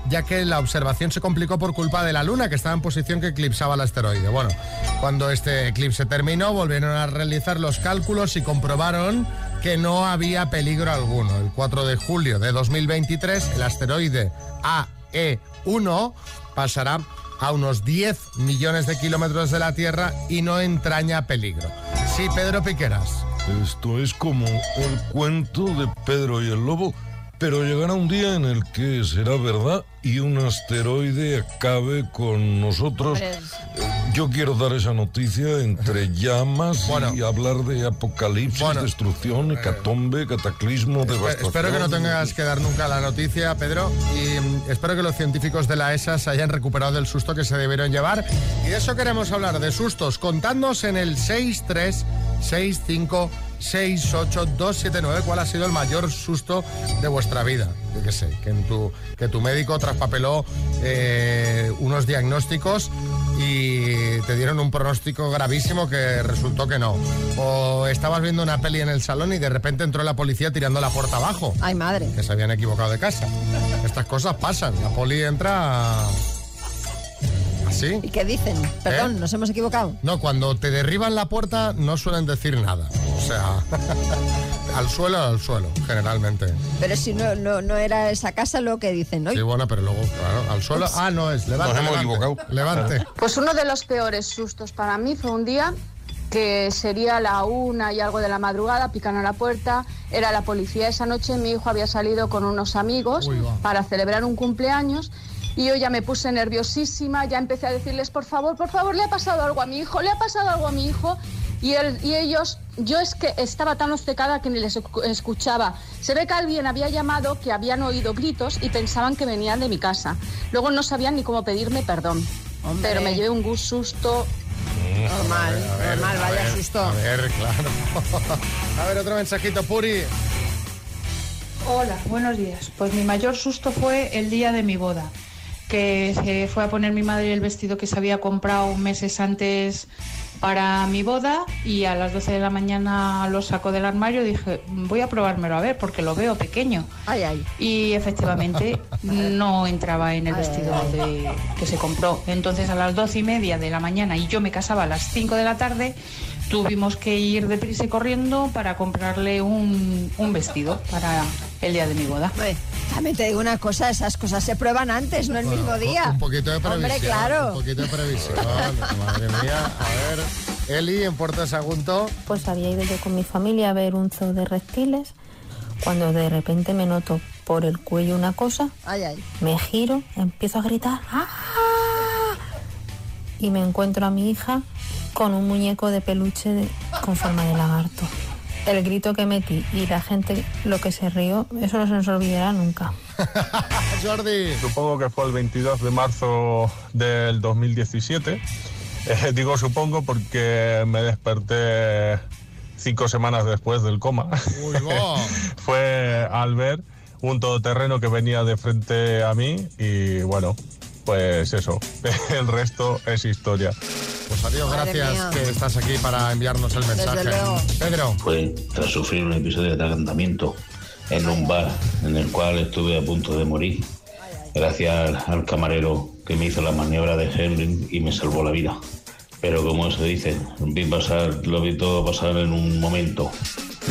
Speaker 2: ya que la observación se complicó por culpa de la Luna, que estaba en posición que eclipsaba el asteroide. Bueno, cuando este eclipse terminó, volvieron a realizar los cálculos y comprobaron que no había peligro alguno. El 4 de julio de 2023, el asteroide E AE1 pasará a unos 10 millones de kilómetros de la Tierra y no entraña peligro. Sí, Pedro Piqueras.
Speaker 21: Esto es como el cuento de Pedro y el Lobo, pero llegará un día en el que será verdad y un asteroide acabe con nosotros.
Speaker 22: Hombre.
Speaker 21: Yo quiero dar esa noticia entre llamas y hablar de apocalipsis, destrucción, hecatombe, cataclismo, devastación.
Speaker 2: Eh. Espero que no tengas que dar nunca la noticia, Pedro, y mm, espero que los científicos de la ESA se hayan recuperado del susto que se debieron llevar. Y de eso queremos hablar, de sustos. Contadnos en el 636568279 cuál ha sido el mayor susto de vuestra vida. Yo qué sé, que, en tu, que tu médico traspapeló eh, unos diagnósticos y te dieron un pronóstico gravísimo que resultó que no. O estabas viendo una peli en el salón y de repente entró la policía tirando la puerta abajo
Speaker 4: Ay, madre.
Speaker 2: que se habían equivocado de casa. Estas cosas pasan. La poli entra así. ¿Eh?
Speaker 4: ¿Y qué dicen? Perdón, nos hemos equivocado.
Speaker 2: No, cuando te derriban la puerta no suelen decir nada. O
Speaker 4: (laughs)
Speaker 2: sea, al suelo, al suelo, generalmente.
Speaker 4: Pero si no, no, no era esa casa lo que dicen, ¿no?
Speaker 2: Sí, bueno, pero luego, claro, al suelo. Ah, no es, levante.
Speaker 21: Nos hemos
Speaker 2: levante,
Speaker 21: equivocado.
Speaker 2: Levante.
Speaker 23: Pues uno de los peores sustos para mí fue un día que sería la una y algo de la madrugada, pican a la puerta, era la policía esa noche, mi hijo había salido con unos amigos
Speaker 5: Uy, va.
Speaker 23: para celebrar un cumpleaños y yo ya me puse nerviosísima, ya empecé a decirles, por favor, por favor, le ha pasado algo a mi hijo, le ha pasado algo a mi hijo y, él, y ellos, yo es que estaba tan obcecada que ni les escu- escuchaba. Se ve que alguien había llamado, que habían oído gritos y pensaban que venían de mi casa. Luego no sabían ni cómo pedirme perdón. Pero me llevé un gu- susto
Speaker 4: Normal, normal, vaya
Speaker 2: ver,
Speaker 4: susto.
Speaker 2: A ver, claro. (laughs) a ver, otro mensajito, Puri.
Speaker 5: Hola, buenos días. Pues mi mayor susto fue el día de mi boda, que se fue a poner mi madre el vestido que se había comprado meses antes para mi boda y a las 12 de la mañana lo sacó del armario y dije, voy a probármelo a ver porque lo veo pequeño. Y
Speaker 23: (laughs)
Speaker 5: efectivamente no entraba en el
Speaker 23: Ay,
Speaker 5: vestido
Speaker 23: ay, ay.
Speaker 5: de- que se compró. Entonces a las 12 y media de la mañana y yo me casaba a las 5 de la tarde, tuvimos que ir deprisa y corriendo para comprarle un, un vestido para el día de mi boda.
Speaker 4: También te digo una cosa, esas cosas se prueban antes, no el
Speaker 2: Bueno,
Speaker 4: mismo día.
Speaker 2: Un poquito de previsión.
Speaker 4: Hombre,
Speaker 2: Un
Speaker 4: claro.
Speaker 2: poquito
Speaker 4: (laughs)
Speaker 2: de previsión. Madre mía. A ver, Eli, en Puerto Sagunto.
Speaker 24: Pues había ido yo con mi familia a ver un zoo de reptiles, cuando de repente me noto por el cuello una cosa,
Speaker 4: Ay, ay.
Speaker 24: me giro, empiezo a gritar ¡Ah! y me encuentro a mi hija con un muñeco de peluche de- con forma de lagarto. El grito que metí y la gente lo que se rió, eso no se nos olvidará nunca.
Speaker 25: Supongo que fue el 22 de marzo del 2017. Eh, digo supongo porque me desperté cinco semanas después del coma. (laughs) fue al ver un todoterreno que venía de frente a mí y bueno, pues eso. (laughs) El resto es historia.
Speaker 2: Pues adiós,
Speaker 25: Madre
Speaker 2: gracias
Speaker 25: mía.
Speaker 2: que estás aquí para enviarnos el mensaje.
Speaker 25: luego.
Speaker 2: Pedro.
Speaker 26: Fue tras sufrir un episodio de atragantamiento en un bar en el cual estuve a punto de morir. Gracias al camarero que me hizo la maniobra de Henry y me salvó la vida. Pero como se dice, vi pasar, lo vi todo pasar en un momento.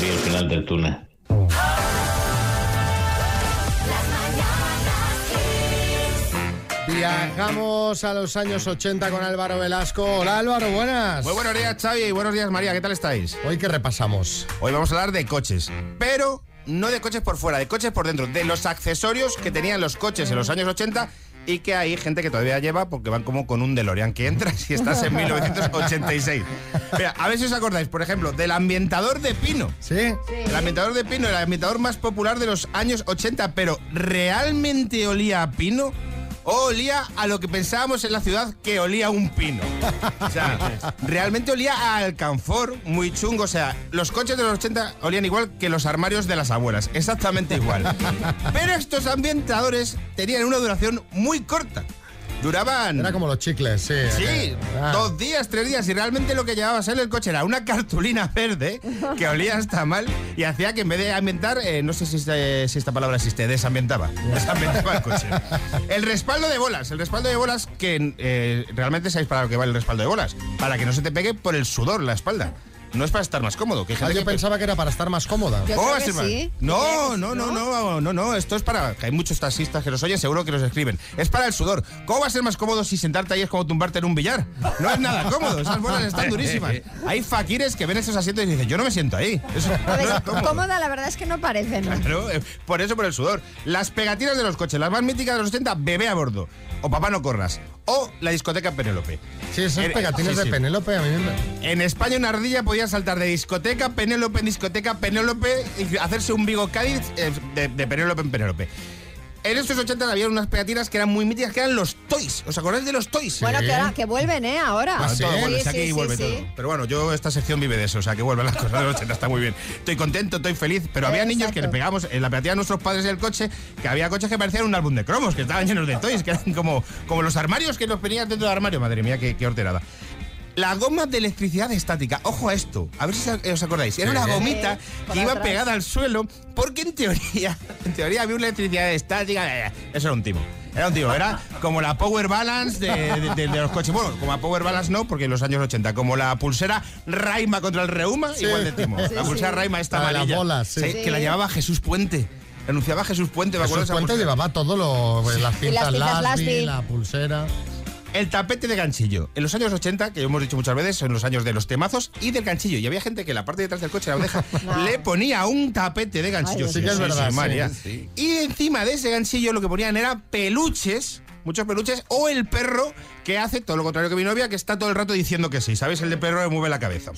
Speaker 26: Vi el final del túnel.
Speaker 2: Viajamos a los años 80 con Álvaro Velasco. Hola Álvaro, buenas.
Speaker 27: Muy buenos días, Xavi, y buenos días, María. ¿Qué tal estáis?
Speaker 2: Hoy que repasamos.
Speaker 27: Hoy vamos a hablar de coches, pero no de coches por fuera, de coches por dentro, de los accesorios que tenían los coches en los años 80 y que hay gente que todavía lleva porque van como con un DeLorean que entras y estás
Speaker 2: (laughs)
Speaker 27: en 1986. Mira, a ver si os acordáis, por ejemplo, del ambientador de pino.
Speaker 2: ¿Sí?
Speaker 27: El ambientador de pino, el ambientador más popular de los años 80, pero ¿realmente olía a pino? ¿O olía a lo que pensábamos en la ciudad que olía a un pino? O
Speaker 2: (laughs)
Speaker 27: sea, realmente olía a alcanfor, muy chungo. O sea, los coches de los 80 olían igual que los armarios de las abuelas, exactamente igual. Pero estos ambientadores tenían una duración muy corta. Duraban...
Speaker 2: Era como los chicles, (laughs) sí.
Speaker 27: Sí,
Speaker 2: Ah.
Speaker 27: dos días, tres días, y realmente lo que llevabas en el coche era una cartulina (laughs) verde que olía hasta mal y hacía que en vez de ambientar, eh, no sé si, este- si esta palabra existe, desambientaba. Desambientaba el
Speaker 2: (laughs)
Speaker 27: coche. El respaldo de bolas, el respaldo de bolas que eh, realmente sabéis para lo que va el respaldo de bolas, para que no se te pegue por el sudor la espalda. No es para estar más cómodo. Que hay
Speaker 2: Ah,
Speaker 27: gente
Speaker 2: yo
Speaker 27: que-
Speaker 2: pensaba que era para estar más cómoda.
Speaker 27: ¿Cómo va a ser mal? Oh, No, no, no, no, no, no, esto es para... que Hay muchos taxistas que los oyen, seguro que los escriben. Es para el sudor. ¿Cómo va a ser más cómodo si sentarte ahí es como tumbarte en un billar? No es nada cómodo, esas bolas están durísimas. Hay faquires que ven esos asientos y dicen, yo no me siento ahí. Eso no es cómodo.
Speaker 4: Cómoda, la verdad es que no parece. ¿no?
Speaker 27: (laughs) Claro, eh, por eso, por el sudor. Las pegatinas de los coches, las más míticas de los 80, bebé a bordo. O papá no corras. O la discoteca Penélope.
Speaker 2: Sí, esas
Speaker 27: Eh,
Speaker 2: pegatinas
Speaker 27: sí,
Speaker 2: de
Speaker 27: sí.
Speaker 2: Penélope a mí me-
Speaker 27: En España una ardilla podía saltar de discoteca Penélope en discoteca Penélope y hacerse un Vigo Cádiz eh, de, de Penélope en Penélope. En estos 80 había unas pegatinas que eran muy míticas, que eran los toys. ¿Os acordáis de los toys?
Speaker 4: Bueno, que, ahora- que vuelven, ¿eh? Ahora.
Speaker 27: Ah, todo vuelve, o sea,
Speaker 4: sí,
Speaker 27: aquí
Speaker 4: sí,
Speaker 27: vuelve
Speaker 4: sí.
Speaker 27: todo. Pero bueno, yo esta sección vive de eso, o sea que vuelven las cosas de los 80, está muy bien. Estoy contento, estoy feliz, pero había niños que le pegamos en la pegatina a nuestros padres del coche, que había coches que parecían un álbum de cromos, que estaban llenos de toys, que eran como, como los armarios que nos ponían dentro del armario. Madre mía, qué, qué horterada. La goma de electricidad estática, ojo a esto, a ver si sa- eh, os acordáis. Era
Speaker 28: Sí.
Speaker 27: una
Speaker 28: Sí,
Speaker 27: gomita
Speaker 28: para
Speaker 27: que iba
Speaker 28: atrás.
Speaker 27: pegada al suelo, porque en teoría, (laughs) en teoría había una electricidad estática. eh, Eso era un timo. Era un timo, era como la power balance de, de- de- de los coches. Bueno, como la power balance no, porque en los años 80, como la pulsera Raima contra el reuma,
Speaker 2: Sí.
Speaker 27: igual de timo.
Speaker 2: Sí,
Speaker 27: La pulsera
Speaker 2: sí.
Speaker 27: Raima está
Speaker 2: La de las
Speaker 27: amarilla.
Speaker 2: bolas, sí. Sí.
Speaker 27: Que la llevaba Jesús Puente. Anunciaba Jesús Puente, ¿me acuerdo
Speaker 2: Jesús
Speaker 27: de esa
Speaker 2: Puente
Speaker 27: pulsera?
Speaker 2: llevaba todo lo... pues, las
Speaker 27: Y las
Speaker 2: cintas
Speaker 27: cintas
Speaker 2: Lasby,
Speaker 27: Lasby.
Speaker 2: la pulsera...
Speaker 27: El tapete de ganchillo. En los años 80, que hemos dicho muchas veces, son los años de los temazos y del ganchillo. Y había gente que en la parte de atrás del coche, la
Speaker 2: (laughs)
Speaker 27: oreja, le ponía un tapete de ganchillo.
Speaker 2: Ay, sí que es verdad, sí,
Speaker 27: María.
Speaker 2: sí.
Speaker 27: Y encima de ese ganchillo lo que ponían era peluches, muchos peluches, o el perro que hace todo lo contrario que mi novia, que está todo el rato diciendo que sí. ¿Sabéis? El de perro que mueve la cabeza.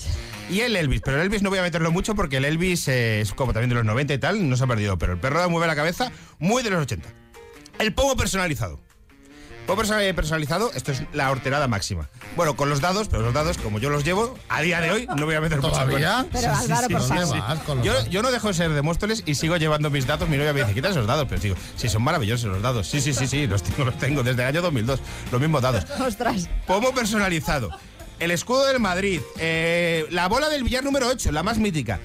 Speaker 27: Y el Elvis, pero el Elvis no voy a meterlo mucho porque el Elvis eh, es como también de los 90 y tal, no se ha perdido, pero el perro que mueve la cabeza, muy de los 80. El pomo personalizado. Pomo personal- personalizado, esto es la horterada máxima. Bueno, con los dados, pero los dados, como yo los llevo, a día de hoy no voy a meter mucho
Speaker 2: ¿Todavía?
Speaker 27: con-
Speaker 2: Pero, Álvaro, por favor. ¿Dónde vas con los
Speaker 27: Yo,
Speaker 2: dados?
Speaker 27: yo no dejo de ser de Móstoles y sigo llevando mis dados. Mi novia me dice, quita esos dados, pero digo, sí, son maravillosos los dados. Sí, sí, sí, sí, los tengo, los tengo desde el año 2002, los mismos
Speaker 2: (laughs)
Speaker 27: dados.
Speaker 4: Ostras.
Speaker 27: Pomo personalizado. El escudo del Madrid. eh, la bola del billar número 8, la más mítica.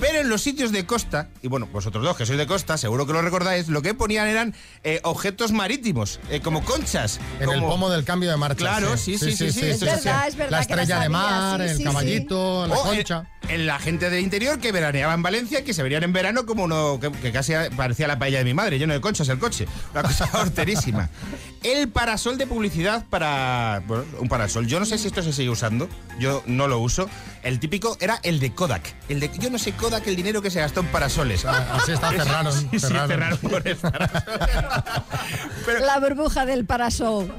Speaker 27: Pero en los sitios de costa, y bueno, vosotros dos que sois de costa, seguro que lo recordáis, lo que ponían eran eh, objetos marítimos, eh, como conchas.
Speaker 2: En el pomo del cambio de marcha.
Speaker 27: Claro, sí, sí, sí. sí, sí, sí.
Speaker 2: La estrella de mar, el caballito, la
Speaker 27: O, eh,
Speaker 2: concha.
Speaker 27: en la gente de interior que veraneaba en Valencia, que se verían en verano como uno que, que casi parecía la paella de mi madre, lleno de conchas el coche. Una cosa (laughs) horterísima. El parasol de publicidad para. Bueno, un parasol. Yo no sé si esto se sigue usando. Yo no lo uso. El típico era el de Kodak. El de, yo no sé Kodak el dinero que se gastó en parasoles.
Speaker 2: Ah, Así está,
Speaker 27: (laughs)
Speaker 2: cerraron,
Speaker 27: Sí, sí,
Speaker 2: cerraron.
Speaker 27: cerraron con el
Speaker 4: La burbuja del parasol.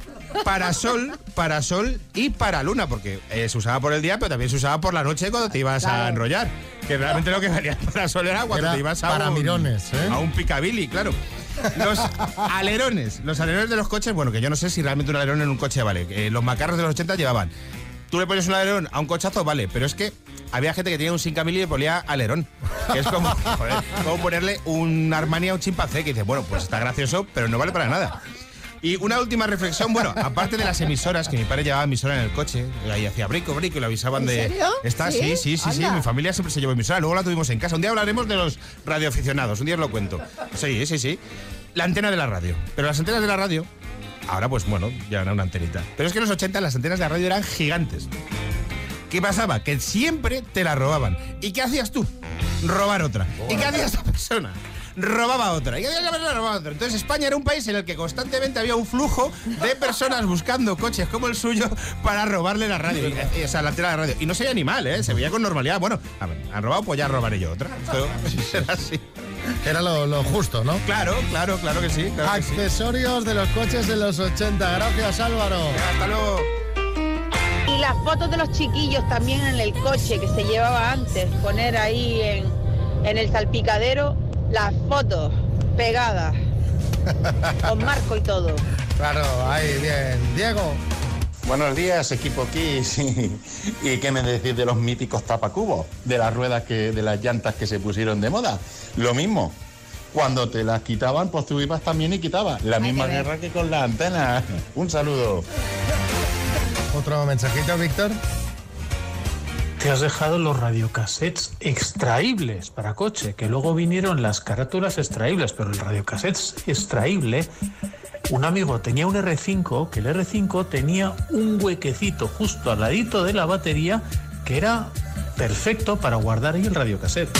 Speaker 27: parasol, parasol y paraluna, porque eh, se usaba por el día, pero también se usaba por la noche cuando te ibas a
Speaker 2: Claro.
Speaker 27: enrollar. Que realmente lo que valía el parasol era cuando
Speaker 2: Era
Speaker 27: te ibas a
Speaker 2: para
Speaker 27: un,
Speaker 2: mirones, ¿eh?
Speaker 27: a un picabilly, claro.
Speaker 2: (laughs)
Speaker 27: Los alerones, los alerones de los coches, bueno, que yo no sé si realmente un alerón en un coche vale. Eh, los macarros de los 80 llevaban. Tú le pones un alerón a un cochazo, vale, pero es que había gente que tenía un 5.000 y le ponía alerón. Que es como, (laughs) joder, como ponerle un Armani a un chimpancé que dice, bueno, pues está gracioso, pero no vale para nada. Y una última reflexión, bueno, aparte de las emisoras, que mi padre llevaba emisora en el coche, y ahí hacía brico, brico y lo avisaban
Speaker 28: ¿En
Speaker 27: de.
Speaker 28: serio?
Speaker 27: Está,
Speaker 28: ¿Sí?
Speaker 27: sí, sí, sí, sí,
Speaker 28: Anda.
Speaker 27: mi familia siempre se llevó emisora, luego la tuvimos en casa. Un día hablaremos de los radioaficionados, un día os lo cuento. Sí, sí, sí. La antena de la radio. Pero las antenas de la radio, ahora pues bueno, ya era una antenita. Pero es que en los 80 las antenas de la radio eran gigantes. ¿Qué pasaba? Que siempre te la robaban. ¿Y qué hacías tú? Robar otra. ¿Y qué hacía esta persona? robaba otra. Y otra persona robaba otra. Entonces España era un país en el que constantemente había un flujo de personas buscando coches como el suyo para robarle la radio. Y- y- o sea, la tela de radio. Y no se veía ni mal, ¿eh? Se veía con normalidad. Bueno, a ver, han robado, pues ya robaré yo otra. Esto (laughs) era así.
Speaker 29: Era lo, lo justo, ¿no?
Speaker 27: Claro, claro, claro que sí. Claro que sí.
Speaker 29: Accesorios de los coches de los 80. Gracias, Álvaro.
Speaker 27: Hasta luego.
Speaker 5: Y las fotos de los chiquillos también en el coche que se llevaba antes, poner ahí en, en el salpicadero las fotos pegadas, con marco y todo.
Speaker 29: Claro, ahí bien. Diego.
Speaker 2: Buenos días, equipo Kiss. (laughs) ¿Y qué me decís de los míticos tapacubos? De las ruedas que, de las llantas que se pusieron de moda. Lo mismo. Cuando te las quitaban, pues tú ibas también y quitabas. La misma
Speaker 29: que ver.
Speaker 2: guerra que con la antena. Un saludo.
Speaker 29: Otro mensajito, Víctor.
Speaker 10: Te has dejado los radiocassettes extraíbles para coche, que luego vinieron las carátulas extraíbles, pero el radiocassette extraíble. Un amigo tenía un R5, que el R5 tenía un huequecito justo al ladito de la batería, que era perfecto para guardar ahí el radiocassette.